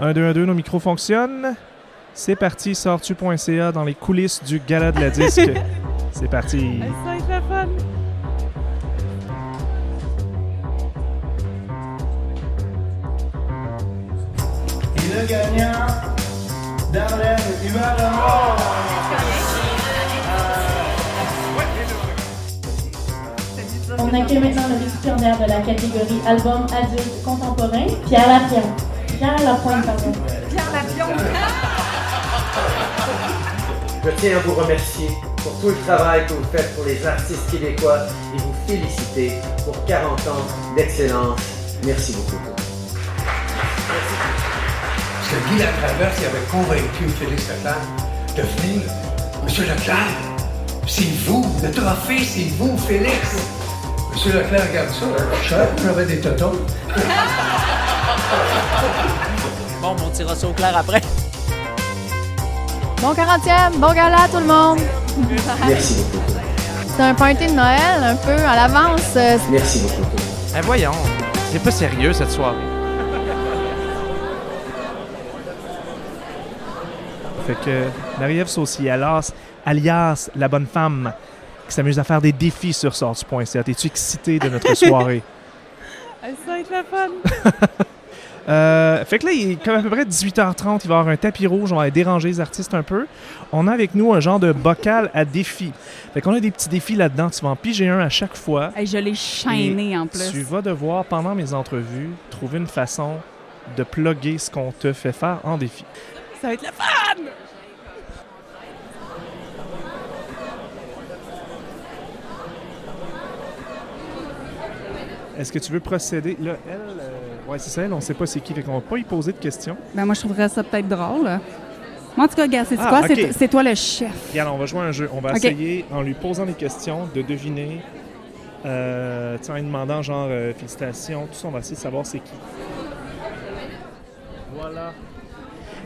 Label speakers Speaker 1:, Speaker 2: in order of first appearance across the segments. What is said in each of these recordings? Speaker 1: 1, 2, 1, 2, nos micros fonctionnent. C'est parti, sortu.ca dans les coulisses du gala de la disque. C'est parti.
Speaker 2: Ça va être le fun.
Speaker 3: Et le gagnant, Darlene Humalon.
Speaker 4: On accueille maintenant le récipiendaire de la catégorie album adulte contemporain, Pierre Lapion. Pierre Lapointe, pardon.
Speaker 5: Je tiens à vous remercier pour tout le travail que vous faites pour les artistes québécois et vous féliciter pour 40 ans d'excellence. Merci beaucoup.
Speaker 6: C'est Guy Latraverse qui avait convaincu Félix Leclerc de venir. Monsieur Leclerc, c'est vous, le trophée, c'est vous, Félix. Monsieur Leclerc, regarde ça. Je savais que j'avais des totons.
Speaker 7: Bon, on tirera ça au clair après.
Speaker 2: Bon 40e, bon gala tout le monde.
Speaker 5: Merci beaucoup.
Speaker 2: C'est un party de Noël un peu à l'avance. euh,
Speaker 5: Merci beaucoup.
Speaker 7: Eh voyons, c'est pas sérieux cette soirée.
Speaker 1: Fait que Marie-Ève Saucy, alias, alias la bonne femme, qui s'amuse à faire des défis sur sortu.ca. T'es-tu excité de notre soirée?
Speaker 2: Ça va être le fun.
Speaker 1: Euh, fait que là, il est comme à peu près 18h30, il va y avoir un tapis rouge, on va aller déranger les artistes un peu. On a avec nous un genre de bocal à défi. Fait qu'on a des petits défis là-dedans, tu vas en piger un à chaque fois.
Speaker 8: Hey, je l'ai chaîné en plus.
Speaker 1: Tu vas devoir, pendant mes entrevues, trouver une façon de plugger ce qu'on te fait faire en défi.
Speaker 2: Ça va être le fun.
Speaker 1: Est-ce que tu veux procéder? Là, elle, euh, ouais, c'est ça, elle, on sait pas c'est qui, fait qu'on va pas y poser de questions.
Speaker 8: Ben, moi, je trouverais ça peut-être drôle. Moi, en tout cas, regarde, c'est
Speaker 1: Ah,
Speaker 8: quoi?
Speaker 1: ok.
Speaker 8: C'est- C'est toi le chef.
Speaker 1: Regarde, on va jouer à un jeu. On va
Speaker 8: Ok.
Speaker 1: essayer, en lui posant des questions, de deviner. Euh, tu sais, en lui demandant genre euh, félicitations, tout ça, on va essayer de savoir c'est qui. Voilà.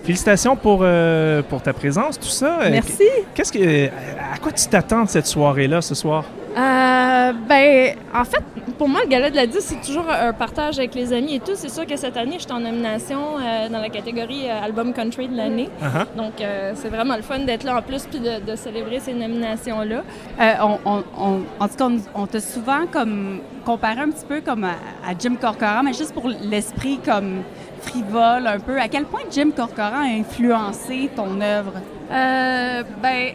Speaker 1: Félicitations pour, euh, pour ta présence, tout ça. Euh,
Speaker 8: Merci.
Speaker 1: Qu'est-ce que, à quoi tu t'attends de cette soirée-là ce soir?
Speaker 9: Euh, ben, en fait, pour moi, le gala de la 10, c'est toujours un partage avec les amis et tout. C'est sûr que cette année, j'étais en nomination euh, dans la catégorie euh, Album Country de l'année.
Speaker 1: Uh-huh.
Speaker 9: Donc, euh, c'est vraiment le fun d'être là en plus puis de, de célébrer ces nominations-là.
Speaker 8: Euh, on, on- on- en tout cas, on, nous- on t'a souvent comme comparé un petit peu comme à, à Jim Corcoran, mais juste pour l'esprit comme frivole un peu. À quel point Jim Corcoran a influencé ton œuvre?
Speaker 9: Euh, ben,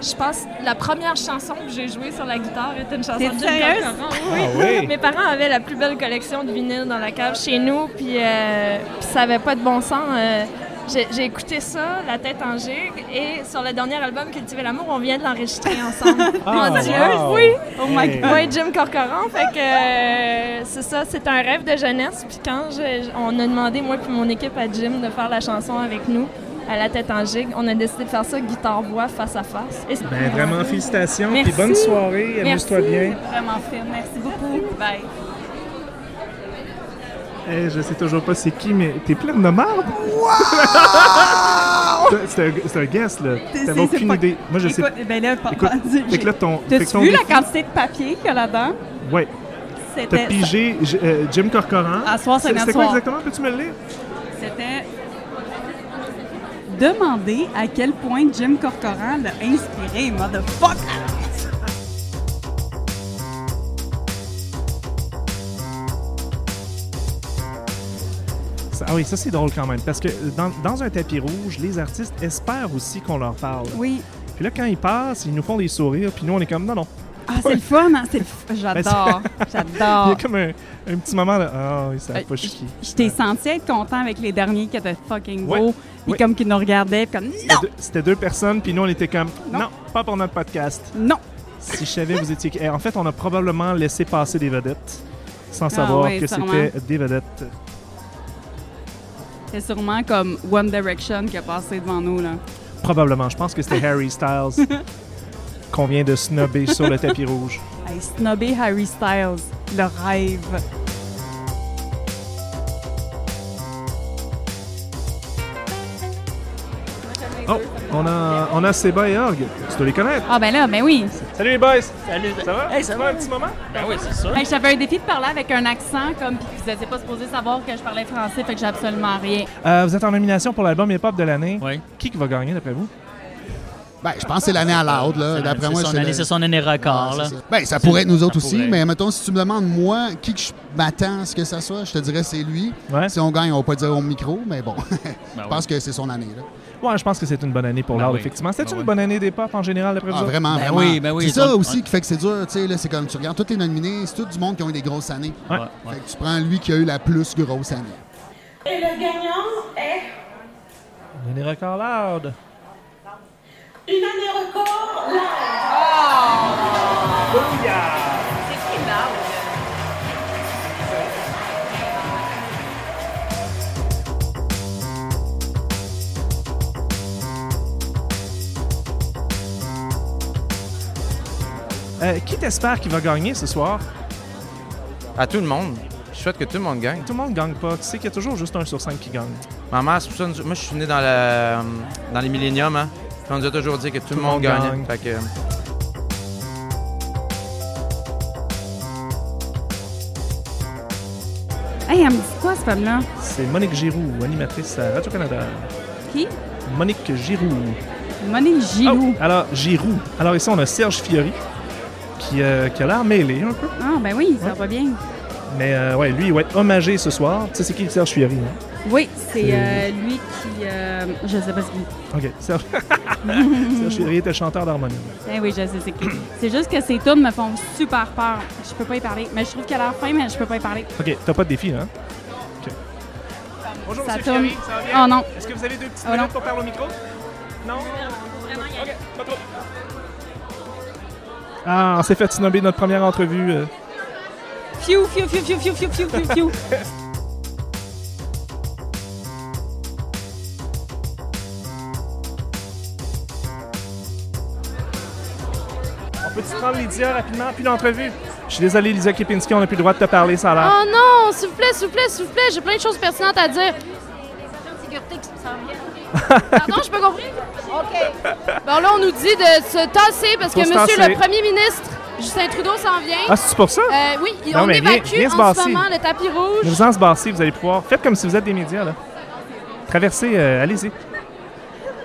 Speaker 9: je pense que la première chanson que j'ai jouée sur la guitare était une chanson
Speaker 8: T'es
Speaker 9: de Jim
Speaker 8: sérieuse?
Speaker 9: Corcoran.
Speaker 1: Ah oui?
Speaker 9: Mes parents avaient la plus belle collection de vinyles dans la cave chez nous, puis, euh, puis ça avait pas de bon sens. euh, j'ai j'ai écouté ça, La tête en gigue, et sur le dernier album, Cultiver l'amour, on vient de l'enregistrer ensemble.
Speaker 1: Ah,
Speaker 9: Mon Dieu,
Speaker 1: wow.
Speaker 9: oui!
Speaker 1: Oh my Hey. God.
Speaker 9: Oui, Jim Corcoran, fait que euh, c'est ça, c'est un rêve de jeunesse. Puis quand je- on a demandé, moi puis mon équipe à Jim, de faire la chanson avec nous, à La tête en gigue, on a décidé de faire ça guitare-voix face à face. Et c'est-
Speaker 1: Ben, vraiment, félicitations.
Speaker 9: Merci.
Speaker 1: Puis bonne soirée. Amuse-toi
Speaker 9: Merci.
Speaker 1: bien.
Speaker 8: Vraiment fine. Merci beaucoup. Bye.
Speaker 1: Eh, je sais toujours pas c'est qui, mais t'es plein de marde! c'est un, c'est un guess, là. T'avais aucune idée. Moi, je sais.
Speaker 8: Ben là, pas-
Speaker 1: Écoute,
Speaker 8: j'ai-
Speaker 1: Fait que là, ton. fait que
Speaker 8: T'as-tu
Speaker 1: ton
Speaker 8: vu la
Speaker 1: défi-
Speaker 8: quantité de papier qu'il y a là-dedans?
Speaker 1: Ouais. T'as
Speaker 8: C'était
Speaker 1: pigé j- euh, Jim Corcoran.
Speaker 8: À soir, c'est
Speaker 1: C'est-
Speaker 8: notre
Speaker 1: C'était quoi
Speaker 8: soir.
Speaker 1: exactement? Peux-tu me le lire?
Speaker 8: C'était demander à quel point Jim Corcoran l'a inspiré, motherfucker!
Speaker 1: Ça- Ah oui, ça, c'est drôle quand même. Parce que dans, dans un tapis rouge, les artistes espèrent aussi qu'on leur parle.
Speaker 8: Oui.
Speaker 1: Puis là, quand ils passent, ils nous font des sourires. Puis nous, on est comme, non, non.
Speaker 8: Ah, c'est le fun, hein? C'est le f- J'adore.
Speaker 1: Il y a
Speaker 8: J'adore.
Speaker 1: comme un, un petit moment, là. Ah, ils savent
Speaker 8: Euh,
Speaker 1: pas je suis qui.
Speaker 8: Je t'ai senti être content avec les derniers qui étaient fucking beaux.
Speaker 1: Ouais.
Speaker 8: Puis
Speaker 1: Ouais.
Speaker 8: comme qu'ils nous regardaient, puis comme
Speaker 1: C'était deux- C'était deux personnes, puis nous, on était comme,
Speaker 8: Non.
Speaker 1: non pas pour notre podcast.
Speaker 8: non!
Speaker 1: Si je savais, vous étiez. Eh, En fait, on a probablement laissé passer des vedettes sans
Speaker 8: Ah
Speaker 1: savoir
Speaker 8: oui,
Speaker 1: que
Speaker 8: sûrement.
Speaker 1: c'était des vedettes.
Speaker 8: C'est sûrement comme One Direction qui a passé devant nous, là.
Speaker 1: Probablement. Je pense que c'était Harry Styles qu'on vient de snobber sur le tapis rouge.
Speaker 8: Hey, snobber Harry Styles, le rêve.
Speaker 1: Oh, on a, on a Seba et Org. Tu dois les connaître.
Speaker 8: Ah, ben là, ben oui.
Speaker 1: Salut les boys!
Speaker 7: Salut.
Speaker 1: Ça va?
Speaker 7: Hey, ça va?
Speaker 1: un petit moment?
Speaker 7: Ben oui, c'est sûr.
Speaker 8: Hey, J'avais un défi de parler avec un accent, comme, puis vous n'étiez pas supposé savoir que je parlais français, fait que j'ai absolument rien.
Speaker 1: Euh, vous êtes en nomination pour l'album hip-hop de l'année.
Speaker 7: Oui.
Speaker 1: Qui qui va gagner d'après vous?
Speaker 10: Ben, je pense que c'est l'année à l'autre, là. D'après moi,
Speaker 7: c'est son
Speaker 10: le-
Speaker 7: année, c'est son année record.
Speaker 10: Ouais,
Speaker 7: là.
Speaker 10: c'est ça. Ben, ça pourrait être nous
Speaker 7: Ça
Speaker 10: autres aussi,
Speaker 7: pourrait.
Speaker 10: mais mettons, si tu me demandes, moi, qui que je m'attends à ce que ça soit, je te dirais c'est lui.
Speaker 1: Ouais.
Speaker 10: Si on gagne, on va pas dire au micro, mais bon,
Speaker 7: Ben
Speaker 10: je
Speaker 7: oui.
Speaker 10: pense que c'est son année, là. Ah,
Speaker 1: Ouais, je pense que c'est une bonne année pour
Speaker 7: Ben
Speaker 1: l'art,
Speaker 7: oui.
Speaker 1: effectivement. C'était
Speaker 7: Ben
Speaker 1: une
Speaker 7: oui.
Speaker 1: bonne année des pop en général d'après
Speaker 10: Ah,
Speaker 1: vous?
Speaker 10: vraiment,
Speaker 7: Ben
Speaker 10: vraiment.
Speaker 7: oui, ben oui,
Speaker 10: c'est
Speaker 7: on-
Speaker 10: ça
Speaker 7: on-
Speaker 10: aussi qui fait que c'est dur, tu sais, là, c'est comme, tu regardes tous les nominés, c'est tout du monde qui ont eu des grosses années.
Speaker 1: Ouais.
Speaker 7: Ouais.
Speaker 10: Fait que tu prends lui qui a eu la plus grosse année.
Speaker 4: Et le gagnant est
Speaker 1: L'année record loud.
Speaker 4: une année record live.
Speaker 1: Euh, qui t'espère qui va gagner ce soir?
Speaker 11: À tout le monde. Je souhaite que tout le monde gagne.
Speaker 1: Tout le monde gagne pas. Tu sais qu'il y a toujours juste un sur cinq qui gagne.
Speaker 11: Ma mère, c'est pour ça, nous- moi, je suis né dans, la, euh, dans les milléniums. Hein. Puis On nous a toujours dit que tout, le monde, gagnait.
Speaker 1: gagne.
Speaker 11: Fait que,
Speaker 8: Hey, elle me dit quoi, cette femme-là?
Speaker 1: C'est Monique Giroux, animatrice à Radio-Canada.
Speaker 8: Qui?
Speaker 1: Monique Giroux.
Speaker 8: Monique Giroux.
Speaker 1: Oh, alors, Giroux. Alors ici, on a Serge Fiori, qui, euh, qui a l'air mêlé un peu.
Speaker 8: Ah, ben oui,
Speaker 2: Hein?
Speaker 8: ça va bien.
Speaker 1: Mais euh, ouais, lui, il va être hommagé ce soir. Tu sais, c'est qui Serge Fiori? hein?
Speaker 8: Oui, c'est euh, lui qui. euh, je sais pas ce qu'il.
Speaker 1: OK, Serge... Serge Fiori était chanteur d'harmonie.
Speaker 8: Eh oui, je sais c'est qui. C'est juste que ces tunes me font super peur. Je peux pas y parler. Mais je trouve qu'elle a l'air fin, mais je peux pas y parler.
Speaker 1: OK, t'as pas de défi, hein? OK. Bonjour,
Speaker 8: Ça
Speaker 1: Monsieur
Speaker 8: tourne.
Speaker 1: Fiori, ça va bien?
Speaker 8: Oh non.
Speaker 1: Est-ce que vous avez deux petites
Speaker 8: Oh
Speaker 1: minutes
Speaker 8: non.
Speaker 1: pour parler au micro? Non? OK, pas trop. Ah, on s'est fait snobber notre première entrevue. euh.
Speaker 8: Fiu, fiu, fiu, fiu, fiu, fiu, fiu, fiu, fiu.
Speaker 1: On peut-tu prendre Lydia rapidement, puis l'entrevue? Je suis désolé, Lydia Kepinski, on n'a plus le droit de te parler, ça a l'air.
Speaker 2: Oh non, s'il vous plaît, s'il vous plaît, s'il vous plaît, j'ai plein de choses pertinentes à dire. Pardon, je peux compris? OK. Bon, là, on nous dit de se tasser parce que
Speaker 1: Faut se
Speaker 2: monsieur
Speaker 1: tasser.
Speaker 2: le premier ministre Justin Trudeau s'en vient.
Speaker 1: Ah, c'est pour ça?
Speaker 2: Euh, oui, il-
Speaker 1: Non,
Speaker 2: on
Speaker 1: mais viens-
Speaker 2: évacue
Speaker 1: viens se
Speaker 2: en
Speaker 1: brasser.
Speaker 2: ce moment le tapis
Speaker 1: Ne
Speaker 2: rouge. Ah,
Speaker 1: vous en se basser, vous allez pouvoir. Faites comme si vous êtes des médias, là. Traversez, euh, allez-y.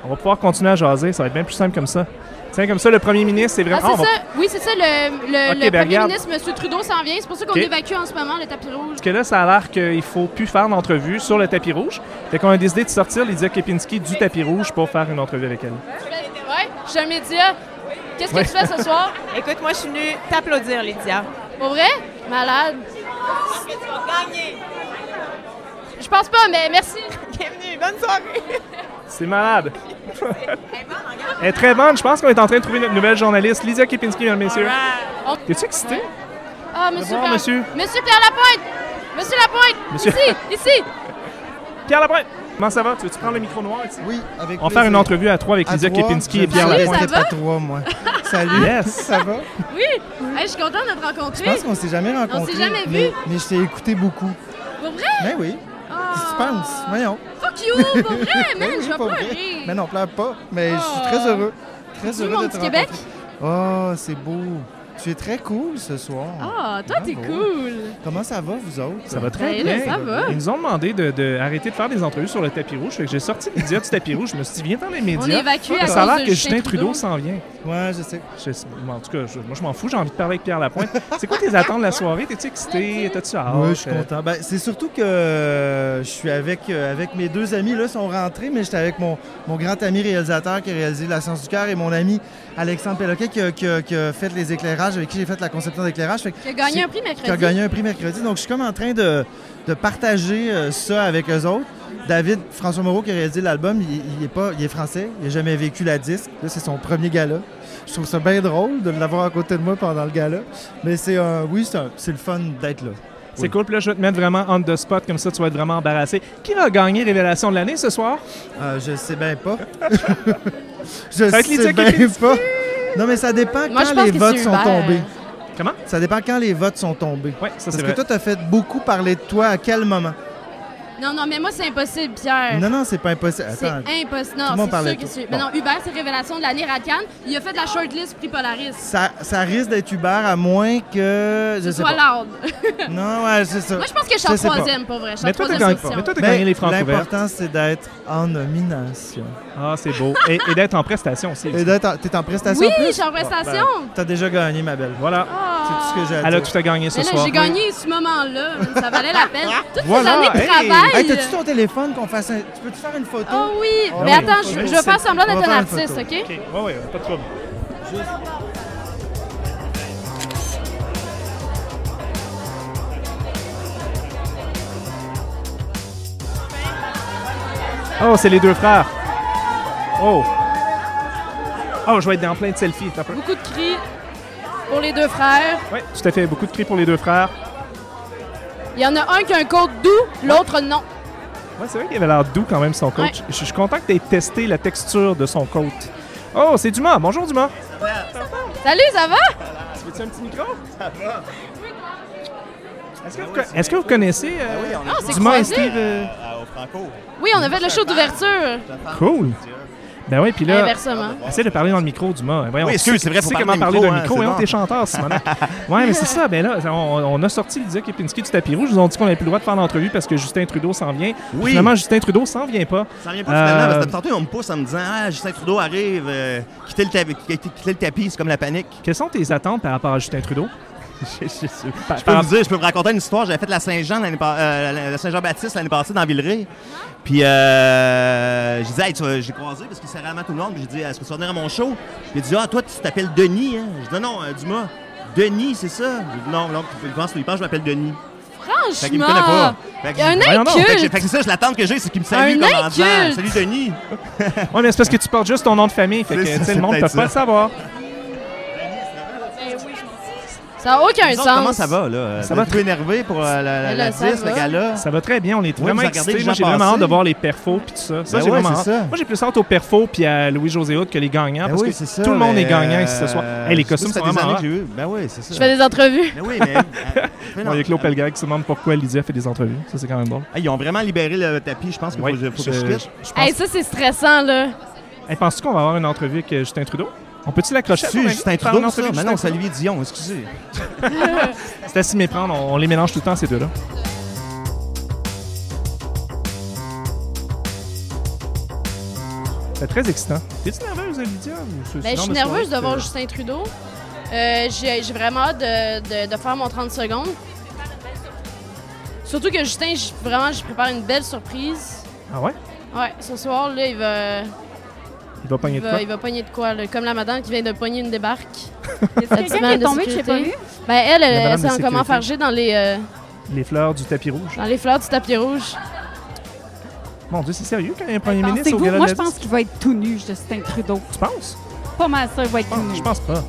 Speaker 1: On va pouvoir continuer à jaser, ça va être bien plus simple comme ça. Tiens, comme ça, le premier ministre, c'est
Speaker 2: Ah,
Speaker 1: vraiment.
Speaker 2: c'est
Speaker 1: on va-
Speaker 2: ça. Oui, c'est ça. Le, le-
Speaker 1: Ok,
Speaker 2: le
Speaker 1: ben,
Speaker 2: premier
Speaker 1: regarde.
Speaker 2: ministre, monsieur Trudeau, s'en vient. C'est pour ça qu'on
Speaker 1: Ok.
Speaker 2: évacue en ce moment le tapis rouge.
Speaker 1: Parce que là, ça a l'air qu'il faut plus faire d'entrevue sur le tapis rouge. Fait qu'on a décidé de sortir Lydia Kepinski du tapis rouge pour faire une entrevue avec elle.
Speaker 2: Ouais, je suis un média. Qu'est-ce que
Speaker 1: Ouais.
Speaker 2: tu fais ce soir?
Speaker 4: Écoute, moi, je suis venue t'applaudir, Lydia.
Speaker 2: Pour vrai? Malade. Je pense pas, mais merci.
Speaker 4: Bienvenue, bonne soirée.
Speaker 1: C'est malade! elle est très bonne, je pense qu'on est en train de trouver notre nouvelle journaliste, Lydia Kepinski, mesdames et messieurs. T'es-tu excité?
Speaker 2: Ah, monsieur,
Speaker 1: Au revoir,
Speaker 2: Pierre...
Speaker 1: monsieur.
Speaker 2: monsieur Pierre Lapointe! Monsieur Lapointe!
Speaker 1: Monsieur-
Speaker 2: Ici! Ici!
Speaker 1: Pierre Lapointe! Comment ça va? Tu veux-tu prendre le micro noir ici?
Speaker 3: Oui, avec
Speaker 1: On va faire une entrevue à trois avec Lydia Kepinski et Pierre
Speaker 2: Salut,
Speaker 1: Lapointe.
Speaker 2: ça va?
Speaker 3: trois, moi. Salut.
Speaker 1: Yes!
Speaker 3: Ça va?
Speaker 2: Oui! Hey, je suis contente de te rencontrer!
Speaker 3: Je pense qu'on s'est jamais rencontrés.
Speaker 2: jamais vus.
Speaker 3: Mais, mais je t'ai écouté beaucoup.
Speaker 2: Pour vrai? Ah.
Speaker 3: Ben oui. Qu'est-ce que
Speaker 2: Oh.
Speaker 3: tu penses? Voyons.
Speaker 2: Fuck you! Pour vrai, man!
Speaker 3: Ben oui,
Speaker 2: je vais
Speaker 3: pas
Speaker 2: pas
Speaker 3: vrai.
Speaker 2: rire!
Speaker 3: Mais non, pleure pas. Mais je suis
Speaker 2: Oh.
Speaker 3: très heureux. Très
Speaker 2: Veux-tu
Speaker 3: heureux
Speaker 2: mon
Speaker 3: de te
Speaker 2: petit Québec?
Speaker 3: rencontrer. Oh, c'est beau. Tu es très cool ce soir.
Speaker 2: Ah, toi, t'es
Speaker 3: Bravo.
Speaker 2: cool!
Speaker 3: Comment ça va, vous autres?
Speaker 1: Ça va très
Speaker 2: Ben,
Speaker 1: bien.
Speaker 2: là, ça va.
Speaker 1: Ils nous ont demandé de, de arrêter de faire des entrevues sur le tapis rouge. Fait que j'ai sorti Lydia du tapis rouge. Je me suis dit, viens dans les
Speaker 2: On
Speaker 1: médias.
Speaker 2: évacue à
Speaker 1: Parce que
Speaker 2: cause
Speaker 1: ça a
Speaker 2: de
Speaker 1: l'air que Justin Trudeau s'en vient.
Speaker 3: Ouais, je sais.
Speaker 1: Je sais- mais en tout cas, je- moi, je m'en fous. J'ai envie de parler avec Pierre Lapointe. C'est quoi tes attentes de la soirée? T'es-tu excité? T'as-tu hâte?
Speaker 3: Oui, je suis
Speaker 1: Euh,
Speaker 3: content. Ben, c'est surtout que euh, je suis avec, euh, avec mes deux amis. Là, sont rentrés, mais j'étais avec mon, mon grand ami réalisateur qui a réalisé La Science du cœur et mon ami Alexandre Péloquet qui a, qui a- qui a fait les éclairages, avec qui j'ai fait la conception d'éclairage. Fait que
Speaker 2: Tu as gagné
Speaker 3: c'est-
Speaker 2: un prix mercredi.
Speaker 3: qui a gagné un prix mercredi. Donc, je suis comme en train de, de partager euh, ça avec eux autres. David François Moreau qui a réalisé l'album, il, il est pas, il est français, il n'a jamais vécu la disque. Là, c'est son premier gala. Je trouve ça bien drôle de l'avoir à côté de moi pendant le gala. Mais c'est un, oui, c'est un- c'est le fun d'être là.
Speaker 1: C'est cool. Puis là, je vais te mettre vraiment on the spot. Comme ça, tu vas être vraiment embarrassé. Qui va gagner Révélation de l'année ce soir?
Speaker 3: Euh, je sais bien pas. je
Speaker 1: va être Lydia
Speaker 3: sais bien
Speaker 1: Kepinski.
Speaker 3: pas. Non, mais ça dépend
Speaker 2: Moi, je
Speaker 3: quand
Speaker 2: pense
Speaker 3: les
Speaker 2: que
Speaker 3: votes
Speaker 2: c'est
Speaker 3: sont
Speaker 2: Hubert.
Speaker 3: tombés.
Speaker 1: Comment?
Speaker 3: Ça dépend quand les votes sont tombés.
Speaker 1: Oui, ça,
Speaker 3: Parce
Speaker 1: c'est
Speaker 3: que
Speaker 1: vrai.
Speaker 3: toi, t'as fait beaucoup parler de toi à quel moment?
Speaker 2: Non, non, mais moi, c'est impossible, Pierre.
Speaker 3: Non, non, c'est pas impossible.
Speaker 2: C'est
Speaker 3: Attends.
Speaker 2: impossible.
Speaker 3: Tout le
Speaker 2: Non,
Speaker 3: monde
Speaker 2: c'est
Speaker 3: parlait
Speaker 2: sûr
Speaker 3: de
Speaker 2: que
Speaker 3: toi.
Speaker 2: c'est.
Speaker 3: Bon.
Speaker 2: Mais non, Hubert, c'est révélation de l'année Radcan. Il a fait de la shortlist prix Polaris.
Speaker 3: Ça, ça risque d'être Uber à moins que. Je
Speaker 2: Ce
Speaker 3: sais
Speaker 2: soit
Speaker 3: pas.
Speaker 2: l'ordre.
Speaker 3: Non, ouais, c'est ça.
Speaker 2: Moi, je pense que je suis en
Speaker 3: sais pas.
Speaker 2: troisième, pour vrai. Je suis en Mais toi, t'as troisième gagné- position. mais toi, t'as
Speaker 3: Ben,
Speaker 1: gagné les francs ouverts.
Speaker 3: L'important, c'est d'être en nomination.
Speaker 1: Ah, c'est beau. Et, et d'être en prestation aussi.
Speaker 3: Et d'être en- t'es en prestation
Speaker 2: Oui,
Speaker 3: en plus?
Speaker 2: je suis en prestation.
Speaker 3: Bon, ben, T'as déjà gagné, ma belle.
Speaker 1: Voilà.
Speaker 3: C'est tout ce que
Speaker 7: Ah.
Speaker 3: j'ai à dire.
Speaker 1: Elle a tout à gagner ce
Speaker 2: Mais là,
Speaker 1: soir.
Speaker 2: j'ai gagné ce moment-là. man, Ça valait la peine. Toutes
Speaker 1: Voilà,
Speaker 2: ces années de
Speaker 1: hey.
Speaker 2: travail.
Speaker 3: Hey, t'as-tu ton téléphone qu'on fasse un... Tu peux-tu faire une photo?
Speaker 2: Oh oui,
Speaker 3: Ah
Speaker 2: mais
Speaker 3: oui.
Speaker 2: attends, je, je vais faire semblant
Speaker 3: On va
Speaker 2: d'être un
Speaker 3: faire une photo.
Speaker 2: artiste, OK?
Speaker 1: Oui, oui, pas de trouble. Oh, c'est les deux frères. Oh. Oh, je vais être dans plein de selfies. t'as peur.
Speaker 2: Beaucoup de cris pour les deux frères.
Speaker 1: Oui, tout à fait. Beaucoup de cris pour les deux frères.
Speaker 2: Il y en a un qui a un code doux, l'autre non.
Speaker 1: Ouais, c'est vrai qu'il avait l'air doux quand même, son coach.
Speaker 2: Ouais.
Speaker 1: Je je suis content que tu aies testé la texture de son coat. Oh, c'est Dumas. Bonjour, Dumas.
Speaker 2: Salut, ça va?
Speaker 1: Tu veux-tu un petit micro? Ça va. Est-ce que, vous co- est-ce que vous connaissez euh,
Speaker 2: on a- Ah, c'est
Speaker 1: Dumas et
Speaker 2: croisé.
Speaker 1: Steve? euh,
Speaker 12: au Franco.
Speaker 2: Oui, on a fait le show d'ouverture.
Speaker 1: Cool. Ben oui,
Speaker 2: Eh,
Speaker 1: puis là.
Speaker 2: Inversement.
Speaker 1: Essaie de parler dans le micro, Dumas. Voyons,
Speaker 12: Oui,
Speaker 1: tu sais-
Speaker 12: excuse, c'est vrai,
Speaker 1: tu
Speaker 12: faut
Speaker 1: sais comment
Speaker 12: parler dans le
Speaker 1: parler
Speaker 12: micro,
Speaker 1: d'un
Speaker 12: hein,
Speaker 1: micro,
Speaker 12: c'est
Speaker 1: hein,
Speaker 12: bon.
Speaker 1: t'es chanteur, Simonac. ouais, mais c'est ça. Ben là, on, on a sorti Lydia Kepinski du tapis rouge. Ils ont dit qu'on n'avait plus le droit de faire l'entrevue parce que Justin Trudeau s'en vient. Puis
Speaker 12: Oui.
Speaker 1: Finalement, Justin Trudeau s'en vient pas.
Speaker 12: Ça revient pas finalement,
Speaker 1: Euh,
Speaker 12: parce que tantôt, on me pousse en me disant Ah, Justin Trudeau arrive, euh, quitter, le tapis, quitter le tapis, c'est comme la panique.
Speaker 1: Quelles sont tes attentes par rapport à Justin Trudeau? je,
Speaker 12: Je peux vous dire, je peux vous raconter une histoire. J'avais fait la Saint-Jean, l'année pa- euh, la Saint-Jean-Baptiste l'année passée dans Villeray. Puis euh, je disais, Hey, tu vas- j'ai croisé parce qu'il s'est vraiment tout le monde. Puis j'ai dit, est-ce que tu vas venir à mon show? Il a dit, ah, toi, tu t'appelles Denis. Hein? Je dis, non, non, euh, Dumas. Denis, c'est ça? J'ai dit, non, non, il pense, il pense que je m'appelle Denis. Fait qu'il me connaît
Speaker 2: Franchement,
Speaker 12: pas. Fait que-
Speaker 2: il y a un
Speaker 12: Voyons donc. Fait que j'ai-
Speaker 2: inculte.
Speaker 12: Fait que c'est ça, je l'attente que j'ai, c'est qu'il me salue
Speaker 2: Un
Speaker 12: comme en disant,
Speaker 2: inculte.
Speaker 12: salut Denis.
Speaker 1: Ouais, mais c'est parce que tu portes juste ton nom de famille. Fait que
Speaker 12: C'est ça,
Speaker 1: tu sais,
Speaker 12: c'est
Speaker 1: le monde ne peut
Speaker 12: peut-être
Speaker 1: pas le
Speaker 12: ça.
Speaker 1: savoir.
Speaker 2: Ça n'a aucun
Speaker 12: Vous autres,
Speaker 2: sens.
Speaker 12: Comment ça va, là?
Speaker 1: Ça va
Speaker 12: très énervé pour euh, la, la,
Speaker 2: Mais
Speaker 12: la
Speaker 2: là, ça
Speaker 12: 10, le
Speaker 2: va.
Speaker 12: gala.
Speaker 1: Ça va très bien, on est
Speaker 12: Oui,
Speaker 1: vraiment
Speaker 12: vous regardez
Speaker 1: excités.
Speaker 12: les
Speaker 1: Moi,
Speaker 12: gens
Speaker 1: j'ai vraiment hâte
Speaker 12: passer.
Speaker 1: de voir les perfos puis tout ça. Ça, j'ai
Speaker 12: Ben ouais,
Speaker 1: vraiment
Speaker 12: c'est
Speaker 1: hâte.
Speaker 12: ça.
Speaker 1: Moi, j'ai plus hâte aux perfos puis à Louis-José Hood que les gagnants
Speaker 12: Ben
Speaker 1: Ah, parce
Speaker 12: oui,
Speaker 1: que
Speaker 12: c'est ça,
Speaker 1: tout le monde est
Speaker 12: mais,
Speaker 1: gagnant ici ce soir.
Speaker 12: euh,
Speaker 1: Hey, les
Speaker 12: je sais pas
Speaker 1: costumes
Speaker 12: si
Speaker 1: sont
Speaker 12: ça fait des
Speaker 1: vraiment
Speaker 12: années
Speaker 1: hot.
Speaker 12: que j'ai eu. Ben oui, c'est ça.
Speaker 2: Je fais des entrevues.
Speaker 12: Ben oui, mais.
Speaker 1: Bon, il y a Claude Pelgag qui se demande pourquoi Lydia fait des entrevues. Ça, c'est quand même bon.
Speaker 12: Ah, ils ont vraiment libéré le tapis, je pense qu'il faut, faut que je quitte.
Speaker 2: Hey, ça, c'est stressant, là.
Speaker 1: Hey, Penses-tu qu'on va avoir une entrevue avec euh, Justin Trudeau? On peut-tu l'accrocher? à ton
Speaker 12: C'est
Speaker 1: avis?
Speaker 12: Justin
Speaker 1: Faire une
Speaker 12: Trudeau, ça.
Speaker 1: entrevue
Speaker 12: Mais
Speaker 1: avec
Speaker 12: non,
Speaker 1: Justin
Speaker 12: c'est Olivier Dion, excusez.
Speaker 1: Trudeau? C'est à s'y méprendre. On, on les mélange tout le temps, ces deux-là. C'est très excitant. T'es-tu nerveuse, Lydia? ou c'est-
Speaker 2: Ben, je
Speaker 1: non,
Speaker 2: suis
Speaker 1: mais c'est
Speaker 2: nerveuse
Speaker 1: correct,
Speaker 2: de voir
Speaker 1: euh,
Speaker 2: Justin Trudeau. Euh, J'ai j'ai vraiment hâte de, de- de faire mon 30 secondes. Surtout que Justin, je- vraiment, je prépare une belle surprise.
Speaker 1: Ah ouais?
Speaker 2: Ouais, ce soir, là, il va,
Speaker 1: Il va pogner
Speaker 2: il
Speaker 1: de
Speaker 2: va,
Speaker 1: quoi?
Speaker 2: il va pogner de quoi, là, comme la madame qui vient de pogner une débarque.
Speaker 8: quelqu'un qui est tombé que j'ai pas vu?
Speaker 2: Ben, elle,
Speaker 1: La madame
Speaker 2: elle,
Speaker 1: de
Speaker 2: sait comment
Speaker 1: sécurité.
Speaker 2: faire G dans les, euh,
Speaker 1: Les fleurs du tapis rouge.
Speaker 2: dans les fleurs du tapis rouge.
Speaker 1: Mon Dieu, c'est sérieux quand il y a un
Speaker 2: Ben,
Speaker 1: premier ministre au
Speaker 8: Pensez-vous,
Speaker 1: gala
Speaker 8: moi,
Speaker 1: de
Speaker 8: je
Speaker 1: la
Speaker 8: pense qu'il va être tout nu, Justin Trudeau.
Speaker 1: Tu penses?
Speaker 8: Pas mal sûr qu'il va être tout nu.
Speaker 1: Ah, Je pense pas.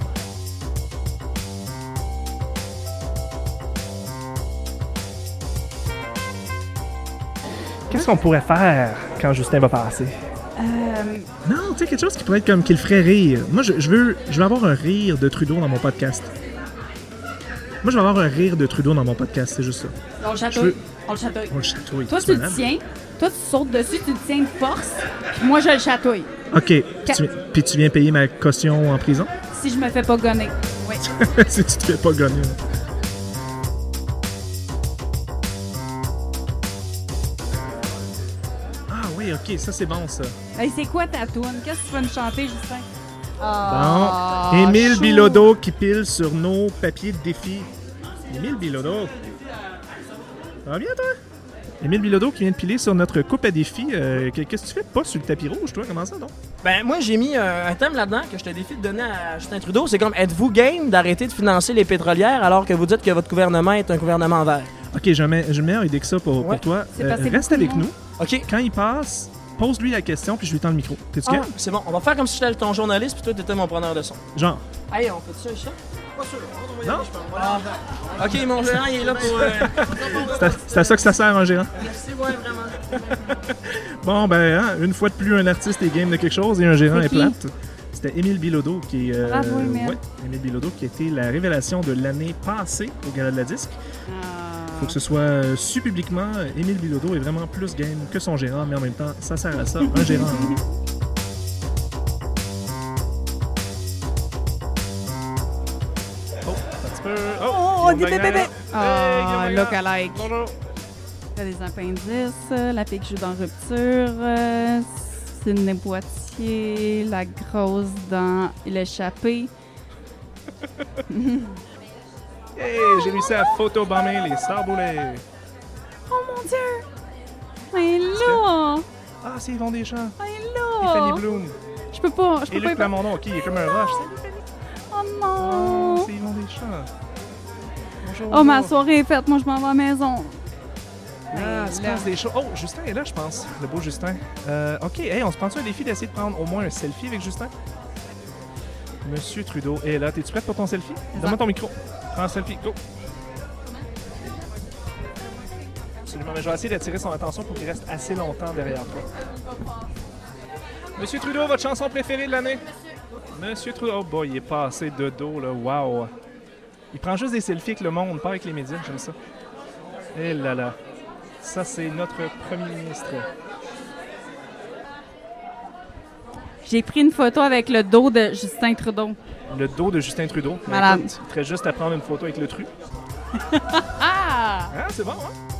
Speaker 1: Qu'est-ce qu'on pourrait faire quand Justin va passer?
Speaker 8: Euh,
Speaker 1: Non, tu sais, quelque chose qui pourrait être comme qu'il ferait rire. Moi, je, je veux, je veux avoir un rire de Trudeau dans mon podcast. Moi, je veux avoir un rire de Trudeau dans mon podcast, c'est juste ça.
Speaker 8: On le
Speaker 1: Je
Speaker 8: chatouille.
Speaker 1: veux-
Speaker 8: On le chatouille.
Speaker 1: On le chatouille.
Speaker 8: Toi,
Speaker 1: tu
Speaker 8: tu le
Speaker 1: madame.
Speaker 8: tiens. Toi, tu sautes dessus, tu le tiens de force. Puis moi, je le chatouille.
Speaker 1: OK.
Speaker 8: Ca-
Speaker 1: Tu- Puis tu viens payer ma caution en prison?
Speaker 8: Si je me fais pas gonner. Oui.
Speaker 1: si tu te fais pas gagner. Ah oui, ok, ça c'est bon ça.
Speaker 8: Hey, c'est quoi ta toune? Qu'est-ce que tu vas me chanter, Justin?
Speaker 1: Bon.
Speaker 8: Ah,
Speaker 1: Émile
Speaker 8: chou.
Speaker 1: Bilodeau qui pile sur nos papiers de défi. Émile Bilodeau. Ça va bien toi? Émile Bilodeau qui vient de piler sur notre coupe à défi. Euh, qu- Qu'est-ce que tu fais pas sur le tapis rouge toi? Comment ça donc?
Speaker 7: Ben, moi, j'ai mis euh, un thème là-dedans que je te défie de donner à Justin Trudeau. C'est comme, êtes-vous game d'arrêter de financer les pétrolières alors que vous dites que votre gouvernement est un gouvernement vert?
Speaker 1: Ok, j'ai un me- j'ai une meilleure idée que ça pour, pour
Speaker 7: Ouais.
Speaker 1: toi. Euh,
Speaker 7: C'est passé
Speaker 1: reste
Speaker 7: beaucoup de
Speaker 1: avec
Speaker 7: monde.
Speaker 1: nous.
Speaker 7: Ok.
Speaker 1: Quand il passe, pose-lui la question puis je lui tends le micro. T'es-tu
Speaker 7: Ah,
Speaker 1: game?
Speaker 7: c'est bon, on va faire comme si j'étais ton journaliste puis toi, t'étais mon preneur de son.
Speaker 1: Genre.
Speaker 7: Hey, on fait ça, ça? Pas sûr. Non? Ah. Ok, mon gérant, il est là pour.
Speaker 1: C'est à- C'est à ça que ça sert un gérant.
Speaker 7: Merci, ouais, vraiment.
Speaker 1: Bon, ben, hein, une fois de plus, un artiste est game de quelque chose et un gérant
Speaker 7: C'est
Speaker 1: est
Speaker 7: qui?
Speaker 1: plate. C'était Émile Bilodeau qui est. euh,
Speaker 8: Bravo, Émile.
Speaker 1: ouais, Émile Bilodeau qui a été la révélation de l'année passée au Gala de la Disque. Faut que ce soit euh, su publiquement. euh, Émile Bilodeau est vraiment plus game que son gérant, mais en même temps, ça sert à ça, un gérant. Oh, un petit peu. Oh,
Speaker 8: Oh,
Speaker 1: Guillaume
Speaker 8: des bébés!
Speaker 1: Wagner. Hey, Guillaume
Speaker 8: Ah,
Speaker 1: Wagner.
Speaker 8: look alike. Bonjour. des appendices, euh, la pique joue dans rupture, euh, Sidney Boitier, la grosse dans l'échappée.
Speaker 1: Hey, Eh, j'ai réussi à photobomber les sarboulets.
Speaker 8: Oh mon dieu! Mais là!
Speaker 1: Ah, c'est Yvon Deschamps!
Speaker 8: Mais
Speaker 1: Et Fanny
Speaker 8: là!
Speaker 1: Bloom.
Speaker 8: Je peux pas, je
Speaker 1: Et
Speaker 8: peux pas.
Speaker 1: Luc Lamondon, ok, il est comme un roche.
Speaker 8: Oh non!
Speaker 1: C'est Yvon Deschamps. Bonjour.
Speaker 8: Oh, ma
Speaker 1: bonjour.
Speaker 8: soirée est faite, moi je m'en vais à la maison.
Speaker 1: Ah, il se passe des choses. Oh, Justin est là, je pense. Le beau Justin. Euh, OK, hey, on se prend-tu un défi d'essayer de prendre au moins un selfie avec Justin? Monsieur Trudeau est là. T'es-tu prête pour ton selfie? Donne-moi ton micro. Prends un selfie. Go! Absolument. Mais je vais essayer d'attirer son attention pour qu'il reste assez longtemps derrière toi. Monsieur Trudeau, votre chanson préférée de l'année? Monsieur Trudeau. Oh boy, il est passé de dos, là. Wow! Il prend juste des selfies avec le monde, pas avec les médias. J'aime ça. Eh là là. Ça, c'est notre premier ministre.
Speaker 8: J'ai pris une photo avec le dos de Justin Trudeau.
Speaker 1: Le dos de Justin Trudeau. Mais
Speaker 8: Malade.
Speaker 1: écoute, il ferait juste à prendre une photo avec le tru.
Speaker 8: Ah!
Speaker 1: Ah, c'est bon, hein?